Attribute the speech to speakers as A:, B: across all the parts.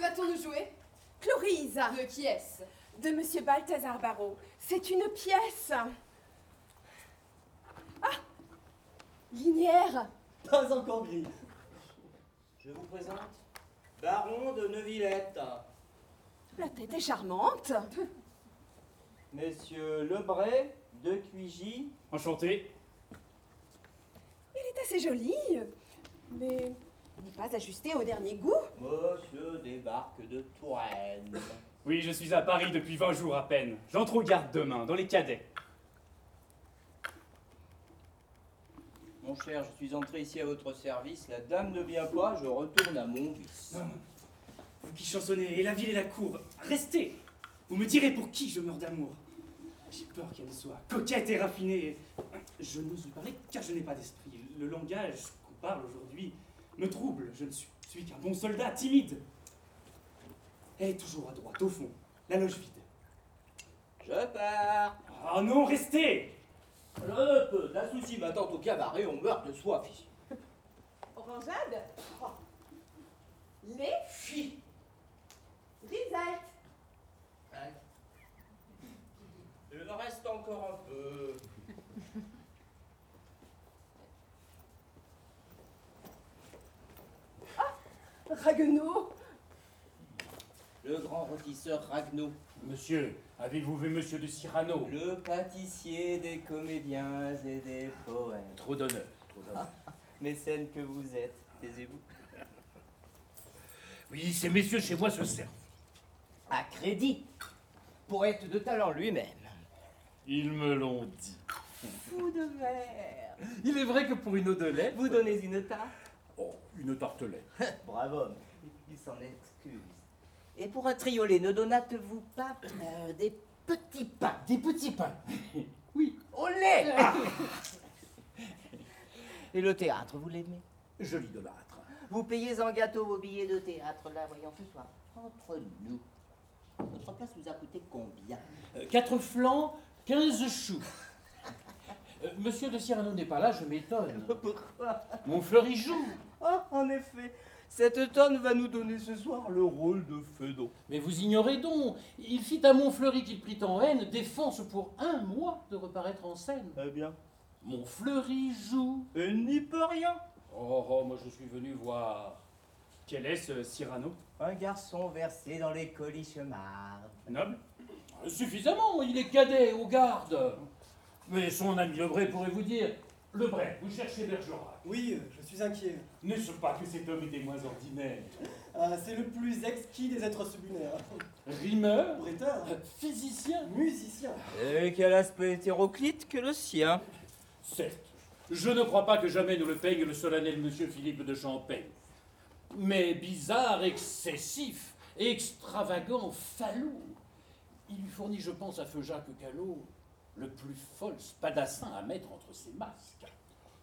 A: va-t-on nous jouer
B: Chlorisa
A: De qui est-ce
B: de Monsieur Balthazar Barrault. C'est une pièce. Ah Linière
C: Pas encore gris. Je vous présente Baron de Neuvillette,
B: La tête est charmante.
C: Messieurs Lebray de Cuigy.
D: Enchanté.
B: Elle est assez jolie, mais n'est pas ajustée au dernier goût.
C: Monsieur débarque de Touraine.
D: Oui, je suis à Paris depuis 20 jours à peine. J'entre aux gardes demain, dans les cadets.
C: Mon cher, je suis entré ici à votre service. La dame ne vient pas, je retourne à mon vice.
E: Vous qui chansonnez, et la ville et la cour, restez Vous me direz pour qui je meurs d'amour. J'ai peur qu'elle soit coquette et raffinée. Je n'ose lui parler car je n'ai pas d'esprit. Le langage qu'on parle aujourd'hui me trouble. Je ne suis, suis qu'un bon soldat, timide. Elle est toujours à droite, au fond, la loge vide.
C: Je pars.
D: Ah
E: Oh non, restez
C: Je peux. La souci m'attend au cabaret, on meurt de soif ici.
B: Orangeade Oh. Les
C: Chi.
B: Risaltes
C: Il en reste encore un peu.
B: Raguenaud
C: Le grand rôtisseur Ragnaud.
D: Monsieur, avez-vous vu Monsieur de Cyrano
C: Le pâtissier des comédiens et des poètes.
D: Trop d'honneur. Ah,
C: Mécène que vous êtes, taisez-vous.
D: Oui, ces messieurs chez moi se servent.
C: À crédit. Poète de talent lui-même.
D: Ils me l'ont dit.
C: Fou de verre.
F: Il est vrai que pour une eau de lait,
C: Vous donnez une tarte
F: Oh, une tartelette.
C: Bravo homme. Il s'en excuse. Et pour un triolet, ne donnâtes-vous pas euh, des petits pains
F: Des petits pains.
C: Oui. Au lait Et le théâtre, vous l'aimez
F: Je l'idolâtre.
C: Vous payez en gâteau vos billets de théâtre, là, voyons ce soir. Entre nous. Votre place vous a coûté combien
F: Euh, Quatre flancs, 15 choux. Euh, Monsieur de Cyrano n'est pas là, je m'étonne.
C: Pourquoi
F: Mon fleurigeon.
C: Oh, en effet, cette tonne va nous donner ce soir le rôle de Fedon.
F: Mais vous ignorez donc, il fit à Montfleury qu'il prit en haine défense pour un mois de reparaître en scène.
C: Eh bien,
F: Montfleury joue.
C: il n'y peut rien.
F: Oh, oh, moi je suis venu voir.
D: Quel est ce Cyrano
C: Un garçon versé dans les colichemards.
D: Noble
F: Euh, Suffisamment, il est cadet aux gardes. Mais son ami Lebray pourrait vous dire Lebray, vous cherchez Bergerac.
G: Oui, euh, je suis inquiet.
F: N'est-ce pas que cet homme est des moins ordinaires
G: Ah, c'est le plus exquis des êtres sublunaires.
F: Rimeur
G: Bretteur,
F: Physicien
G: musicien.
C: Et quel aspect hétéroclite que le sien.
F: Certes, je ne crois pas que jamais nous le peigne le solennel monsieur Philippe de Champagne. Mais bizarre, excessif, extravagant, falot. Il lui fournit, je pense, à feu Jacques Callot, le plus folle spadassin à mettre entre ses masques.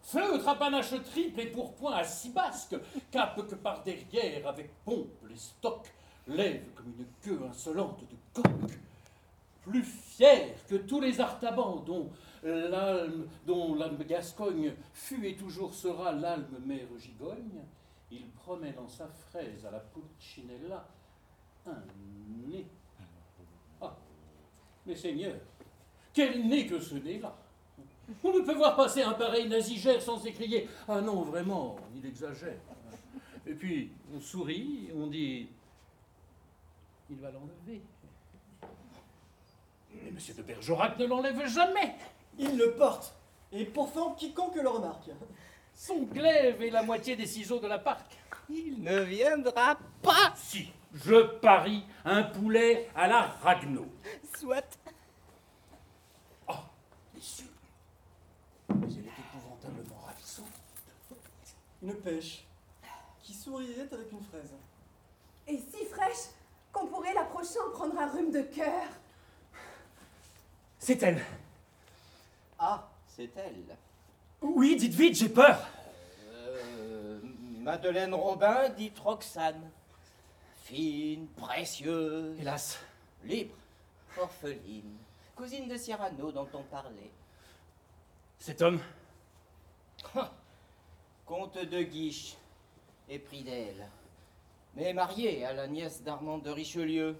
F: Feutre à panache triple et pourpoint à six basques, cape que par derrière, avec pompe les stocks, lève comme une queue insolente de coq. Plus fier que tous les artabans dont l'alme, dont l'alme Gascogne fut et toujours sera l'alme mère Gigogne, il promet dans sa fraise à la Pulcinella un nez. Ah, mais Seigneur, quel nez que ce nez-là On ne peut voir passer un pareil nazigère sans s'écrier Ah non, vraiment, il exagère. Et puis, on sourit, on dit Il va l'enlever. Mais Monsieur de Bergerac ne l'enlève jamais
G: Il le porte. Et pourtant, quiconque le remarque.
F: Son glaive est la moitié des ciseaux de la parc.
C: Il ne viendra pas,
D: Si, je parie un poulet à la Ragno.
C: soit.
F: Messieurs, mais elle est épouvantablement ravissante.
G: Une pêche. Qui souriait avec une fraise.
B: est si fraîche qu'on pourrait la prochaine prendre un rhume de cœur.
E: C'est elle.
C: Ah, c'est elle.
E: Oui, dites vite, j'ai peur.
C: Euh, Madeleine Robin dit Roxane. Fine, précieuse,
E: Hélas.
C: libre, orpheline. Cousine de Cyrano dont on parlait.
E: Cet homme
C: Comte de Guiche, épris d'elle. mais marié à la nièce d'Armand de Richelieu.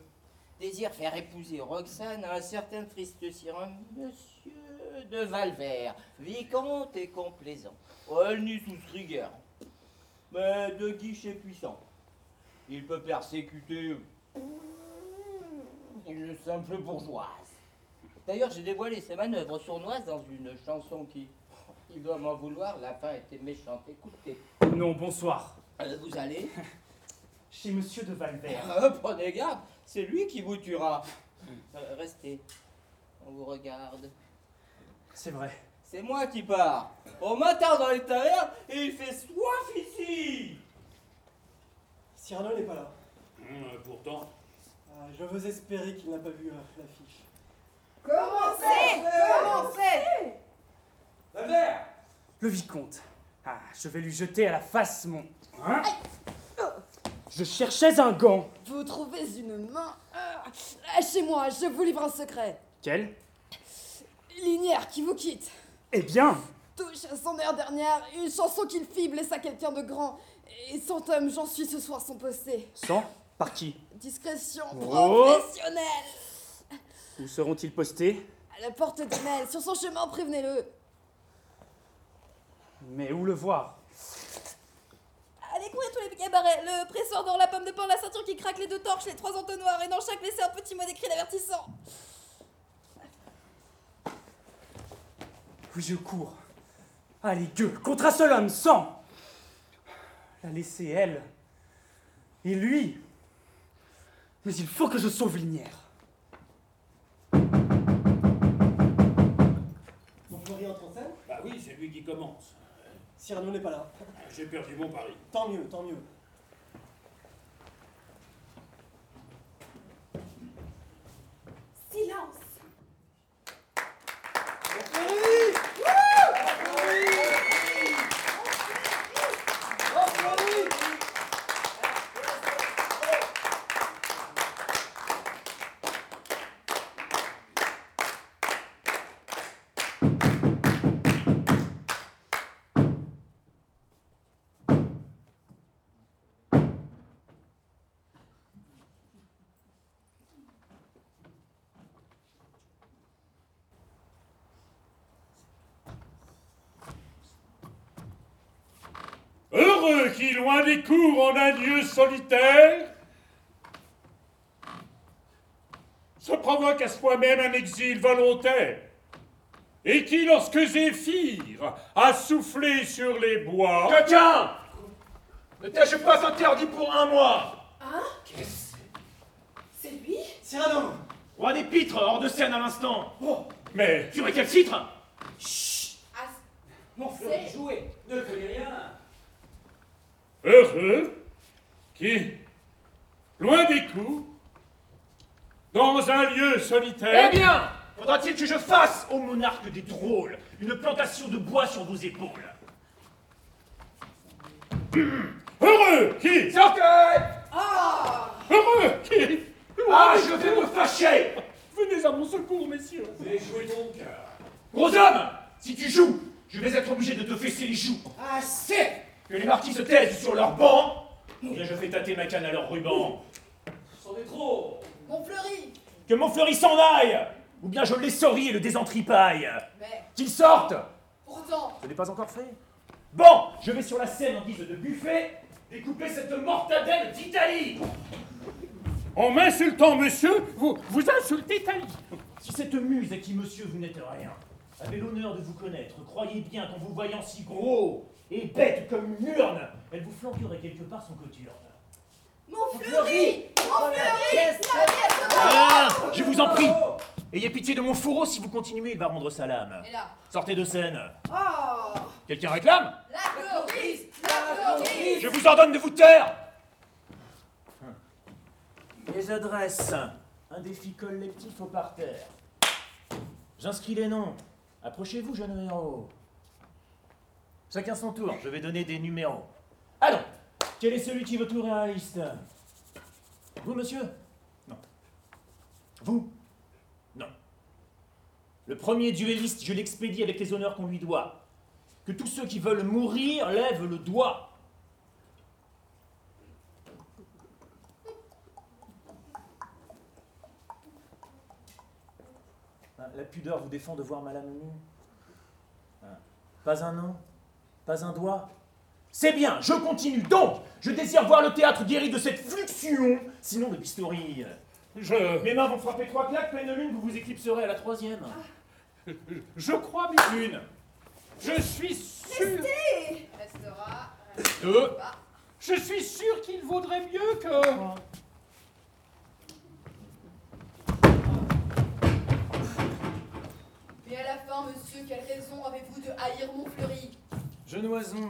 C: Désire faire épouser Roxane à un certain triste sirin, monsieur de Valvert, vicomte et complaisant. Oh, Elle n'y souscrit guère, mais de guiche et puissant. Il peut persécuter hmm, une simple bourgeoise. D'ailleurs, j'ai dévoilé ses manœuvres sournoises dans une chanson qui, il doit m'en vouloir, la fin était méchante. Écoutez,
D: Non, bonsoir.
C: euh, vous allez
H: Chez Monsieur de Valvert.
C: Euh, prenez garde, c'est lui qui vous tuera. Euh, restez, on vous regarde.
H: C'est vrai.
C: C'est moi qui pars. On m'attarde dans les tavernes et il fait soif ici.
G: Cyrano n'est pas là.
F: Hum, euh, pourtant,
G: Ah, je veux espérer qu'il n'a pas vu euh, l'affiche.
F: Eh,
I: Commencez Commencez
H: Le vicomte. Ah, je vais lui jeter à la face mon. Hein Je cherchais un gant.
B: Vous trouvez une main Ah, Chez moi, je vous livre un secret.
H: Quel
B: Linière qui vous quitte.
H: Eh bien,
B: Touche à son air dernière, une chanson qu'il fit blessa quelqu'un de grand. Et son tome, j'en suis ce soir son posté.
H: sans Par qui
B: Discrétion
H: Oh.
B: professionnelle.
H: Où seront-ils postés
B: À la porte de Mel, sur son chemin, prévenez-le.
H: Mais où le voir
B: Allez courir tous les cabarets, le pressoir d'or, la pomme de pain, la ceinture qui craque, les deux torches, les trois entonnoirs, et dans chaque laisser un petit mot d'écrit d'avertissant.
H: Oui, je cours. Allez, Ah, gueux, contre un seul homme, sans La laisser elle. Et lui. Mais il faut que je sauve Linière.
G: Vous pourriez entrer en scène
F: bah oui, c'est lui qui commence.
G: Cyrano n'est pas là.
F: J'ai perdu mon pari.
G: Tant mieux, tant mieux.
I: Silence
F: Heureux qui, loin des cours, en un lieu solitaire, se provoque à soi-même un exil volontaire, et qui, lorsque Zéphyr a soufflé sur les bois...
E: Coquin Ne tâche pas d'interdit pour un mois
I: C'est lui
G: Cyrano
E: Roi des pitres, hors de scène à l'instant
G: Oh
F: Mais
E: Tu récalcitres
F: heureux qui, loin des coups, dans un lieu solitaire...
E: Eh bien Faudra-t-il que je fasse, au monarque des drôles, une plantation de bois sur vos épaules
F: Heureux qui
E: Sortez
F: Heureux qui
E: Ah, je vais me fâcher
F: Venez à mon secours, messieurs
E: Mais jouez donc Gros homme Si tu joues, je vais être obligé de te fesser les joues Assez Que les marquis se taisent sur leur banc Ou bien je fais tâter ma canne à leur ruban C'en est trop
B: Mon fleuri
E: Que Montfleury s'en aille Ou bien je l'essorie et le désentripaille
B: Mais
E: Qu'il sorte
B: pourtant,
E: Ce n'est pas encore fait Bon Je vais sur la scène en guise de buffet découper cette mortadelle d'Italie
F: En m'insultant, monsieur, vous, vous insultez Tali.
E: Si cette muse à qui monsieur vous n'êtes rien avait l'honneur de vous connaître, croyez bien qu'en vous voyant si gros et bête comme une urne, elle vous flanquerait quelque part son coturne.
I: Mon fleuri
B: Oh,
I: Mon fleuri
E: Ah Je vous en prie Ayez pitié de mon fourreau, si vous continuez, il va rendre sa lame.
B: et là,
E: Sortez de scène
I: Oh
E: Quelqu'un réclame
B: la choriste
I: La Floris
E: Je vous ordonne de vous taire Et j'adresse un défi collectif au parterre. J'inscris les noms. Approchez-vous, jeune héros. Chacun son tour, je vais donner des numéros. Allons Quel est celui qui veut tout réaliste Vous, monsieur Non. Vous Non. Le premier duelliste, je l'expédie avec les honneurs qu'on lui doit. Que tous ceux qui veulent mourir lèvent le doigt. Hein, La pudeur vous défend de voir madame nue Hein, Pas un nom Pas un doigt C'est bien, je continue. Donc, je désire voir le théâtre guéri de cette fluxion, sinon de bistouri. euh.
F: Je.
E: Mes mains vont frapper trois claques, pleine lune, vous vous éclipserez à la troisième.
F: Je crois bien.
E: Une,
F: Je suis sûr.
B: Restera.
F: Deux. Je suis sûr qu'il vaudrait mieux que.
E: trois.
B: Mais à la fin, monsieur, quelle raison avez-vous de haïr Montfleury
E: Genoison,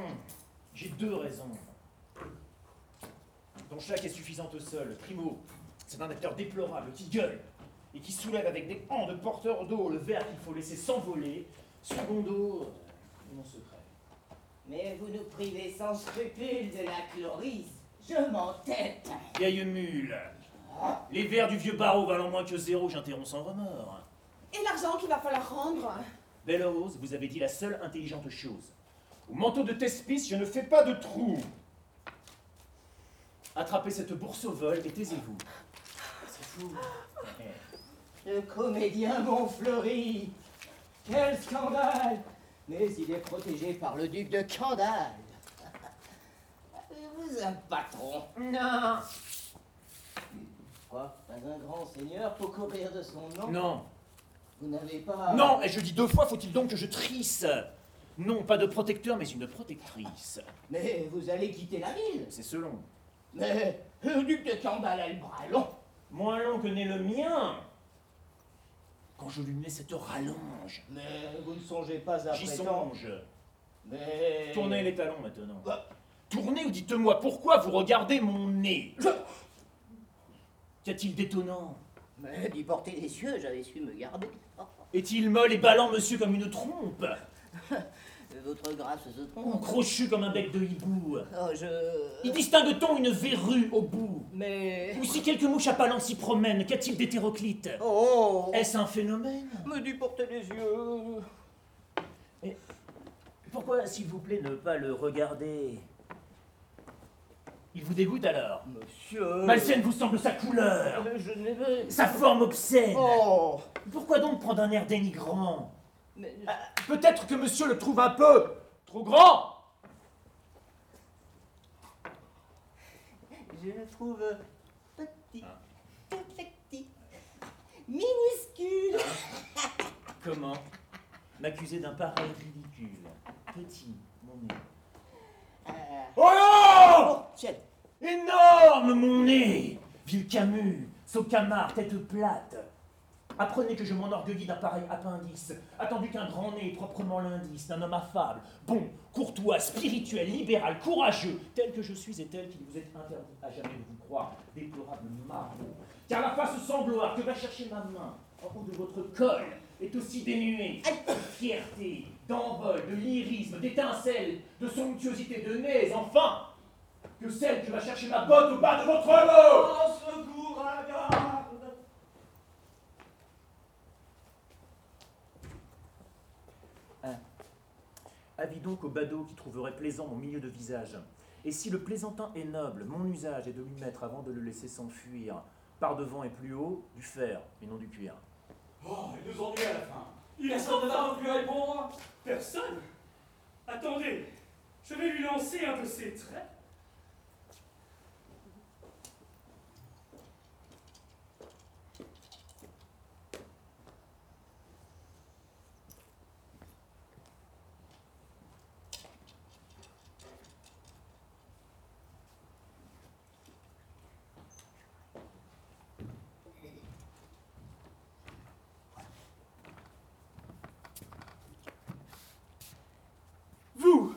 E: j'ai deux raisons. Dont chaque est suffisante seule. Primo, c'est un acteur déplorable qui gueule et qui soulève avec des hanches de porteur d'eau le verre qu'il faut laisser s'envoler. Secondo, euh, mon secret.
C: Mais vous nous privez sans scrupule de la chloris. Je m'entête.
E: Vieille mule, les verres du vieux barreau valant moins que zéro, j'interromps sans remords.
I: Et l'argent qu'il va falloir rendre
E: Belle Rose, vous avez dit la seule intelligente chose. Au manteau de Thespis, je ne fais pas de trou. Attrapez cette bourse au vol et taisez-vous.
C: C'est fou. Le comédien Montfleury. Quel scandale Mais il est protégé par le duc de Candale. Avez-vous un patron
E: Non
C: Quoi Pas un grand seigneur pour courir de son nom
E: Non
C: Vous n'avez pas...
E: Non, et je dis deux fois, faut-il donc que je trisse Non, pas de protecteur, mais une protectrice.
C: Mais vous allez quitter la ville
E: C'est selon.
C: Mais euh, le duc de Candale a le bras long
E: Moins long que n'est le mien Quand je lui mets cette rallonge,
C: Mais vous ne songez pas à
E: j'y
C: prétendre.
E: songe.
C: Mais...
E: Tournez les talons maintenant.
C: Bah.
E: Tournez ou dites-moi pourquoi vous regardez mon nez
C: Je-
E: Qu'y-a-t-il d'étonnant
C: Mais d'y porter les yeux, j'avais su me garder.
E: Est-il molle et ballant, monsieur, comme une trompe
C: Votre grâce se
E: Ou
C: trompe.
E: crochu comme un bec de hibou
C: Oh, je...
E: Y distingue-t-on une verrue au bout
C: Mais...
E: Ou si quelques mouches à palan s'y promènent, qu'y-a-t-il d'hétéroclite
C: Oh
E: Est-ce un phénomène
C: me dit porter les yeux
E: Pourquoi, s'il vous plaît, ne pas le regarder Il vous dégoûte alors
C: Monsieur
E: Malsaine vous semble sa couleur,
C: Euh, Je ne vais...
E: sa forme obscène.
C: Oh
E: Pourquoi donc prendre un air dénigrant Ah,
C: Mais...
E: Peut-être que monsieur le trouve un peu trop grand
C: Je le trouve petit.
E: Ah.
C: Tout petit. Minuscule
E: Ah. Comment M'accuser d'un pareil ridicule. Petit, mon nez.
C: Ah.
E: Oh non
C: Oh, tiens
E: Énorme, mon nez Ville Camus, Socamar, tête plate. Apprenez que je m'enorgueillis d'un pareil appendice, attendu qu'un grand nez est proprement l'indice d'un homme affable, bon, courtois, spirituel, libéral, courageux, tel que je suis et tel qu'il vous est interdit à jamais de vous croire, déplorable maraud. Car la face sans gloire que va chercher ma main en haut de votre col est aussi dénuée de fierté, d'envol, de lyrisme, d'étincelle, de somptuosité de nez, enfin, que celle que va chercher ma botte au bas de votre mot
G: secours à la
E: Hein.
G: garde
E: Avis donc au badaud qui trouverait plaisant mon milieu de visage. Et si le plaisantin est noble, mon usage est de lui mettre avant de le laisser s'enfuir, par devant et plus haut, du fer, et non du cuir.
H: Oh, il nous ennuie à la fin.
G: Il est sans devoir plus répondre
H: Personne Attendez, je vais lui lancer un de ses traits. Vous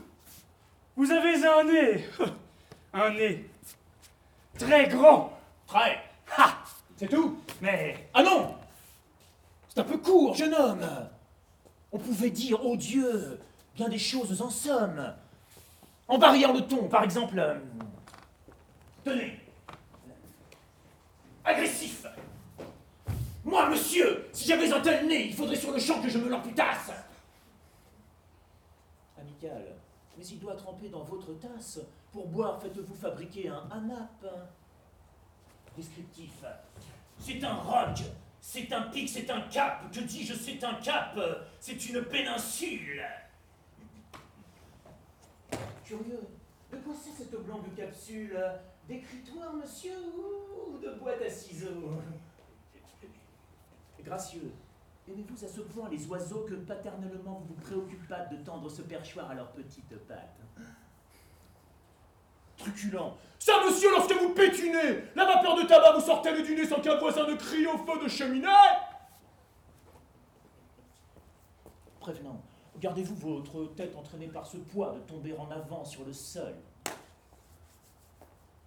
H: Vous avez un nez Un nez très grand
F: Très.
H: Ha
F: C'est tout
H: Mais
F: Ah non
E: C'est un peu court, jeune homme On pouvait dire, ô Dieu, bien des choses en somme. En variant le ton, par exemple. euh, Tenez Agressif Moi, monsieur, si j'avais un tel nez, il faudrait sur le champ que je me l'amputasse Amical, mais il doit tremper dans votre tasse. Pour boire, faites-vous fabriquer un hanap. Descriptif. C'est un roc C'est un pic, c'est un cap. Que dis-je, c'est un cap C'est une péninsule. Curieux. De quoi c'est cette blanche de capsule D'écritoire, monsieur, ou de boîte à ciseaux Gracieux, aimez-vous à ce point les oiseaux que paternellement vous vous préoccupez pas de tendre ce perchoir à leurs petites pattes Truculent. Ça, monsieur, lorsque vous pétunez, la vapeur de tabac vous sortait le du nez sans qu'un voisin ne crie au feu de cheminée Prévenant, gardez-vous votre tête entraînée par ce poids de tomber en avant sur le sol.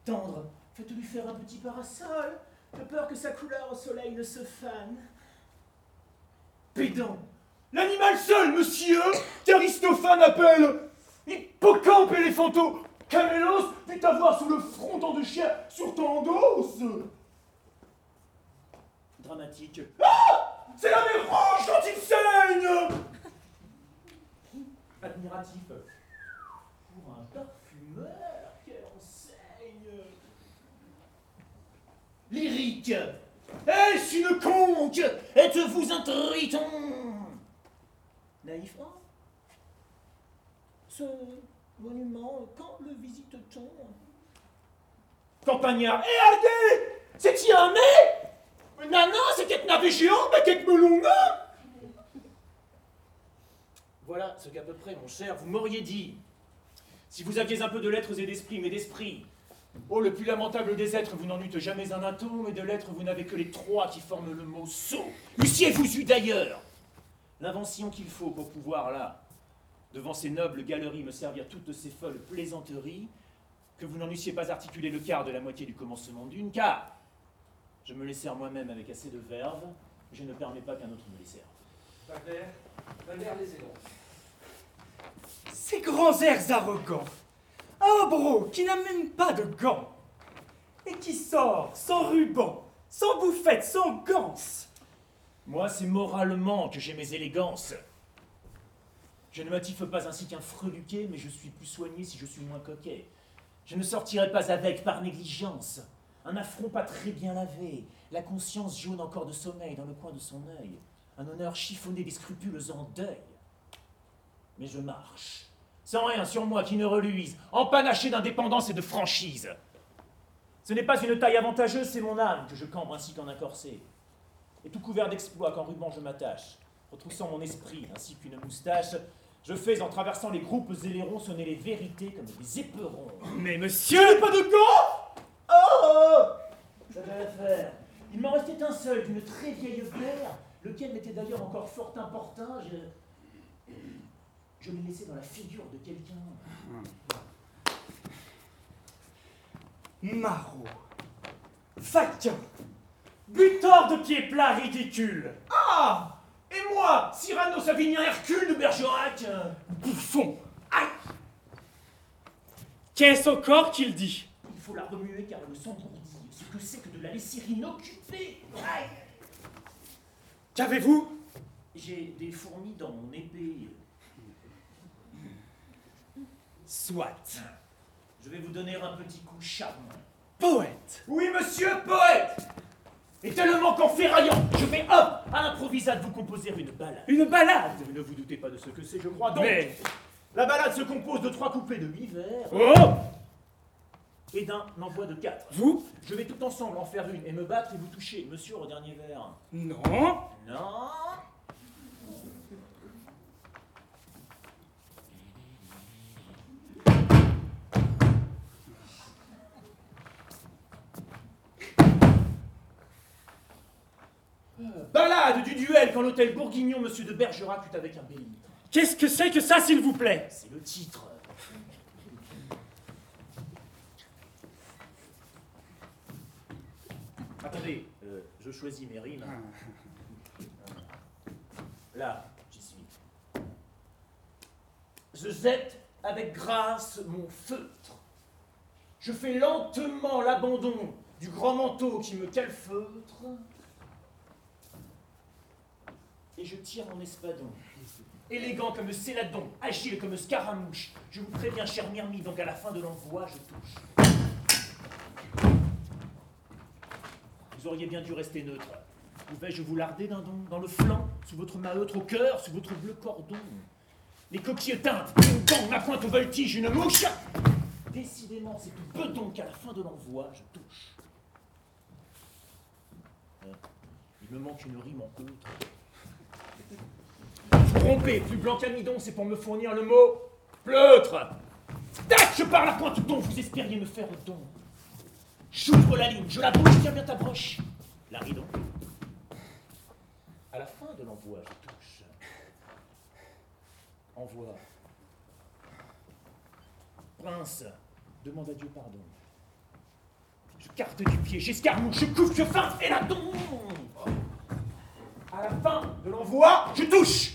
E: Tendre, faites-lui faire un petit parasol, de peur que sa couleur au soleil ne se fane. Pédant, l'animal seul, monsieur, qu'Aristophane appelle hippocampe éléphanto, camélos, vite avoir sous le fronton de chien, sur ton dos Dramatique. Ah C'est la mer rouge quand il saigne admiratif. Pour un parfumeur, quelle enseigne Lyrique Est-ce une conque Êtes-vous un triton Naïf, hein Ce monument, quand le visite-t-on Campagnard Eh, Aldé C'est y un nez Mais Nanan, c'est qu'être navet géant, mais qu'être melon hein? nain voilà ce qu'à peu près, mon cher, vous m'auriez dit. Si vous aviez un peu de lettres et d'esprit, mais d'esprit. Oh, le plus lamentable des êtres, vous n'en eûtes jamais un atome, et de lettres, vous n'avez que les trois qui forment le mot sot. Eussiez-vous eu d'ailleurs L'invention qu'il faut pour pouvoir, là, devant ces nobles galeries, me servir toutes ces folles plaisanteries, que vous n'en eussiez pas articulé le quart de la moitié du commencement d'une, car je me les sers moi-même avec assez de verve, je ne permets pas qu'un autre me les serve.
C: Valvert, Valvert les élance.
J: Ces grands airs arrogants. Un bro qui n'a même pas de gants. Et qui sort sans ruban, sans bouffette, sans gants.
E: Moi, c'est moralement que j'ai mes élégances. Je ne m'attiffe pas ainsi qu'un freluquet, mais je suis plus soigné si je suis moins coquet. Je ne sortirai pas avec par négligence. Un affront pas très bien lavé, la conscience jaune encore de sommeil dans le coin de son œil, un honneur chiffonné des scrupules en deuil. Mais je marche, sans rien sur moi qui ne reluise, empanaché d'indépendance et de franchise. Ce n'est pas une taille avantageuse, c'est mon âme que je cambre ainsi qu'en un corset et tout couvert d'exploits qu'en ruban je m'attache. Retroussant mon esprit ainsi qu'une moustache, je fais en traversant les groupes ailerons sonner les vérités comme des éperons.
J: Mais
E: Monsieur n'est pas de gants Oh Ça devait faire. Il m'en restait un seul d'une très vieille paire, lequel m'était d'ailleurs encore fort important. Je, je l'ai laissé dans la figure de quelqu'un. Hmm.
J: Maraud, faquin, butor de pieds plats ridicule,
E: Ah Et moi, Cyrano Savinien Hercule de Bergerac euh,
J: bouffon. Aïe Qu'est-ce encore qu'il dit
E: Il faut la remuer car elle s'engourdit. Ce que c'est que de la laisser inoccupée Aïe
J: Qu'avez-vous
E: J'ai des fourmis dans mon épée.
J: Soit.
E: Ah. Je vais vous donner un petit coup charmant.
J: Poète.
E: Oui, monsieur poète Et tellement qu'en ferraillant, je vais hop à l'improvisade vous composer une balade.
J: Une balade.
E: Vous ne vous doutez pas de ce que c'est, je crois donc.
J: Mais-
E: La balade se compose de trois couplets de huit vers
J: Oh
E: et d'un envoi de quatre.
J: Vous
E: Je vais tout ensemble en faire une et me battre et vous toucher, monsieur, au dernier vers.
J: Non.
E: Non Balade du duel quand l'hôtel Bourguignon, monsieur de Bergerac, fut avec un bélier.
J: Qu'est-ce que c'est que ça, s'il vous plaît
E: C'est le titre. Attendez, euh, je choisis mes rimes. hein. Là, j'y suis. Je jette avec grâce mon feutre. Je fais lentement l'abandon du grand manteau qui me calfeutre. Et je tire mon espadon. Élégant comme Céladon, agile comme Scaramouche, je vous préviens, cher Myrmidon, donc à la fin de l'envoi, je touche. Vous auriez bien dû rester neutre. Pouvais-je vous larder dans, dans- dans le flanc, sous votre maheutre au cœur, sous votre bleu cordon Les coquilles teintes, une bang, ma pointe au voltige, une mouche Décidément, c'est tout bedon qu'à la fin de l'envoi, je touche. Euh, il me manque une rime en contre. Trompé, plus blanc qu'amidon, c'est pour me fournir le mot pleutre Tac, je pars la pointe dont vous espériez me faire don. J'ouvre la ligne, je la bouge, tiens bien ta broche. La ridon. À la fin de l'envoi, je touche. Envoi. Prince, demande à Dieu pardon. Je carte du pied, j'escarmouche, je coupe, je feinte et la tombe. À la fin de l'envoi, je touche.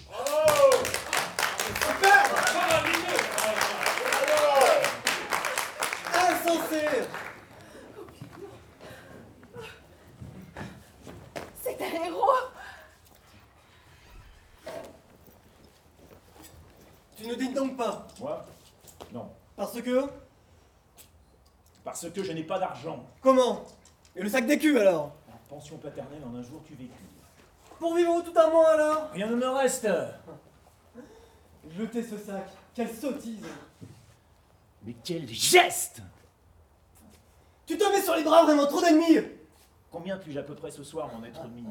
G: Insensé
I: C'est un héros
G: Tu ne dînes donc pas,
E: Moi Non.
G: parce que...
E: Parce que je n'ai pas d'argent.
G: Comment Et le sac des culs, alors
E: La pension paternelle en un jour tu vécus.
G: Pour vivre tout un mois, alors
E: Rien ne me reste.
G: Jetez ce sac, quelle sottise
E: Mais quel geste
G: Tu te mets sur les bras vraiment trop d'ennemis
E: Combien puis-je à peu près ce soir en être mis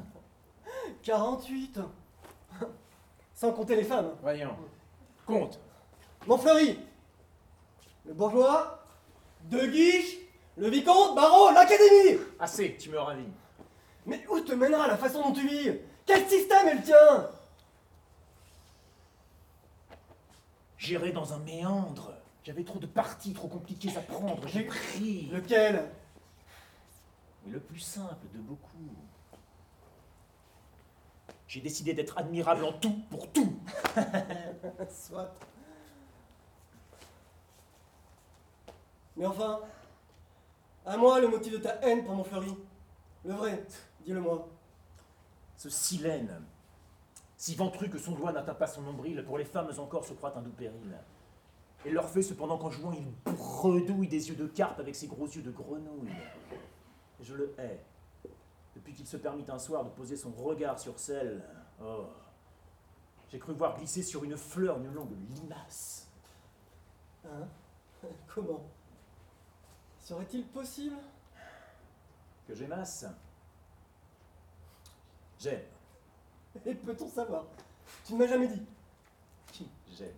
G: 48 Sans compter les femmes.
E: Voyons. Compte.
G: Montfleury Le bourgeois De Guiche Le vicomte Barreau L'académie
E: Assez, tu me ravis.
G: Mais où te mènera la façon dont tu vis Quel système est le tien
E: J'irai dans un méandre. J'avais trop de parties trop compliquées à prendre. J'ai pris.
G: Lequel
E: Mais le plus simple de beaucoup. J'ai décidé d'être admirable en tout pour tout.
G: Soit. Mais enfin, à moi le motif de ta haine pour Montfleury. Le vrai, dis-le-moi.
E: Ce silène, si ventru que son doigt n'atteint pas son nombril, pour les femmes encore se croit un doux péril. Et leur fait cependant qu'en jouant, il bredouille des yeux de carpe avec ses gros yeux de grenouille. Et je le hais. Depuis qu'il se permit un soir de poser son regard sur celle. Oh J'ai cru voir glisser sur une fleur une longue limace.
G: Hein Comment Serait-il possible
E: Que j'aimasse J'aime.
G: Et peut-on savoir Tu ne m'as jamais dit.
E: Qui j'aime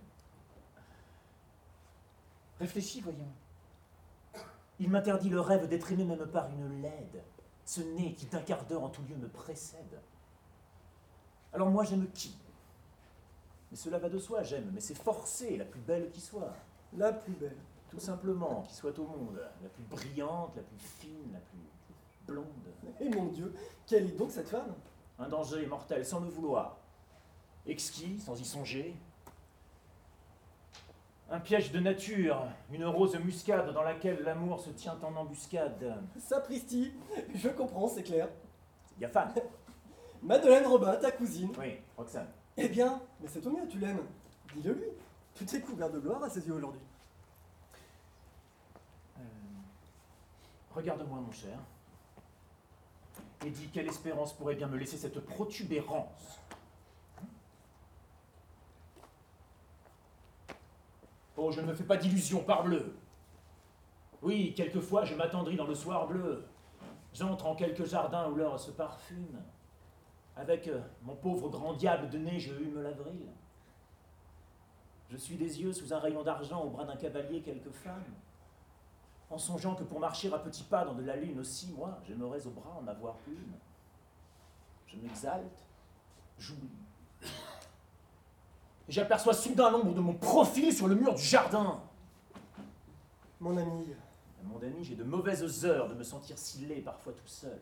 E: Réfléchis, voyons. Il m'interdit le rêve d'être aimé même par une laide, ce nez qui d'un quart d'heure en tout lieu me précède. Alors moi, j'aime qui Mais cela va de soi, j'aime, mais c'est forcé, la plus belle qui soit.
G: La plus belle.
E: Tout simplement, qui soit au monde, la plus brillante, la plus fine, la plus blonde.
G: Et mon Dieu, quelle est donc cette femme
E: Un danger mortel sans le vouloir. Exquis sans y songer. Un piège de nature, une rose muscade dans laquelle l'amour se tient en embuscade.
G: Sapristi, je comprends, c'est clair.
E: Yafan
G: Madeleine Robin, ta cousine.
E: Oui, Roxane.
G: Eh bien, mais c'est au mieux, tu l'aimes. Dis-le lui. Tu t'es couvert de gloire à ses yeux aujourd'hui.
E: Euh, Regarde-moi, mon cher. Et dis quelle espérance pourrait bien me laisser cette protubérance Hmm? Oh, je ne me fais pas d'illusions, parbleu Oui, quelquefois je m'attendris dans le soir bleu. J'entre en quelque jardin où l'heure se parfume. Avec euh, mon pauvre grand diable de nez, je hume l'avril. Je suis des yeux sous un rayon d'argent au bras d'un cavalier, quelque femme. En songeant que pour marcher à petits pas dans de la lune aussi, moi, j'aimerais au bras en avoir une. Je m'exalte, j'oublie. Et J'aperçois soudain l'ombre de mon profil sur le mur du jardin.
G: Mon ami,
E: À mon ami, j'ai de mauvaises heures de me sentir si laid parfois tout seul.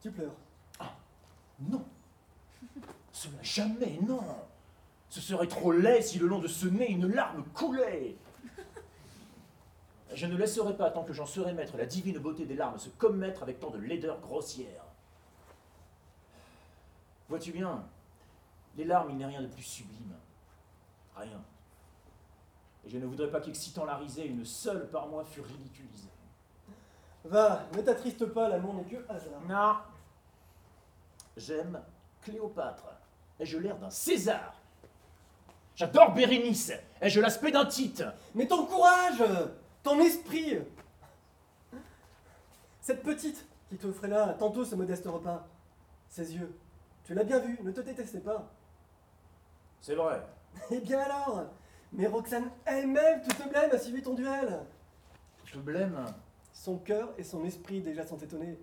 G: tu pleures.
E: Non Cela jamais, non Ce serait trop laid si le long de ce nez une larme coulait Je ne laisserai pas, tant que j'en serai maître, la divine beauté des larmes se commettre avec tant de laideur grossière. Vois-tu bien, les larmes, il n'est rien de plus sublime. Rien. Et je ne voudrais pas qu'excitant la risée, une seule par moi fût ridiculisée.
G: Va, ne t'attriste pas, l'amour n'est que hasard.
E: Non. J'aime Cléopâtre. Et je l'air d'un César. J'adore Bérénice. Et je l'aspect d'un Tite.
G: Mais ton courage Ton esprit Cette petite qui t'offrait là tantôt ce modeste repas. Ses yeux. Tu l'as bien vu, ne te détestais pas.
E: C'est vrai.
G: Eh bien alors Mais Roxane elle-même, tout ce blême, a suivi ton duel
E: Je blême.
G: Son cœur et son esprit déjà sont étonnés.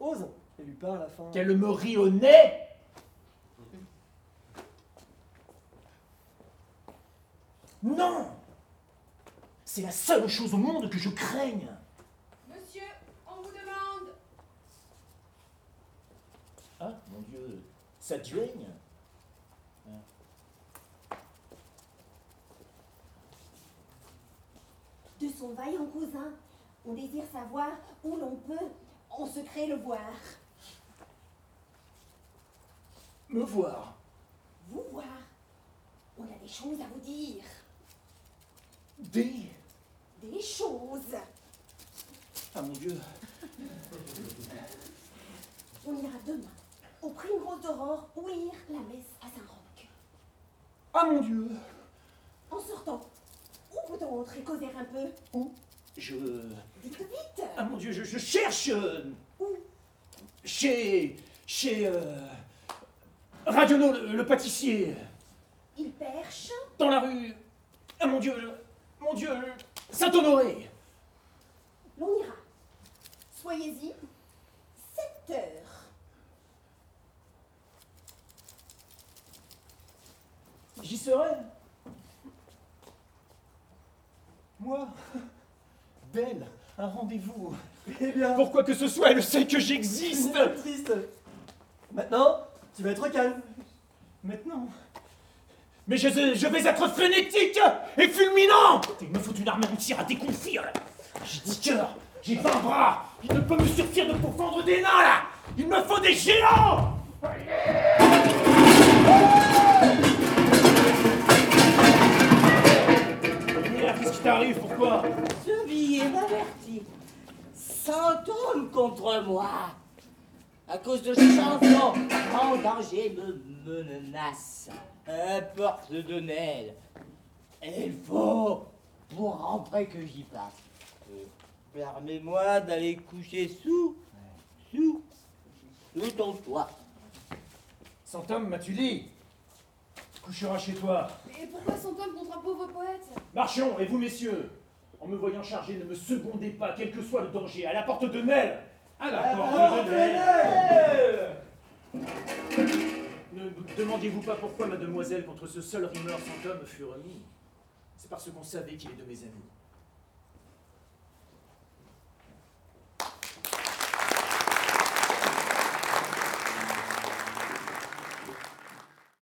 G: Ose et lui parle afin.
E: Qu'elle me rit au nez Non C'est la seule chose au monde que je craigne
K: Monsieur, on vous demande
E: Ah, mon Dieu, ça duègne
B: De son vaillant cousin, on désire savoir où l'on peut en secret le voir.
E: Me voir
B: Vous voir On a des choses à vous dire.
E: Des
B: Des choses
E: Ah, mon Dieu
B: On ira demain, au Primrose d'Aurore, ouïr la messe à Saint-Roch.
E: Ah, mon Dieu
B: En sortant, où peut-on entrer causer un peu
E: Je...
B: Dites vite
E: Ah, mon Dieu, je, je cherche euh,
B: Où
E: Chez... Chez... Euh, Radiono, le- le pâtissier
B: Il perche
E: Dans la rue Ah mon Dieu je- Mon Dieu je- Saint-Honoré
B: L'on ira. Soyez-y. 7 heures.
E: J'y serai Moi Belle Un rendez-vous
G: Eh bien
E: Pourquoi que ce soit, elle sait que j'existe
G: Triste Triste Maintenant, tu vas être calme.
E: Maintenant Mais je, je vais être frénétique et fulminant Il me faut une armée entière à déconfire là. J'ai 10 cœurs J'ai 20 bras Il ne peut me suffire de pourfendre des nains là Il me faut des géants Merde, Qu'est-ce qui t'arrive Pourquoi
C: Ce billet m'avertit. Cent hommes contre moi. À cause de chansons, en danger me menace. Importe de Nel. Il faut pour rentrer que j'y passe. Euh, Permets-moi d'aller coucher sous, sous, sous ton toit.
E: Saint-Homme m'as-tu dit Tu coucheras chez toi.
K: Et pourquoi son homme contre un pauvre poète
E: Marchons, et vous messieurs, en me voyant chargé, ne me secondez pas, quel que soit le danger, à la porte de Nel À la porte de Nel Ne vous demandez-vous pas pourquoi mademoiselle contre ce seul rimeur Saint-Homme fut remis C'est parce qu'on savait qu'il est de mes amis.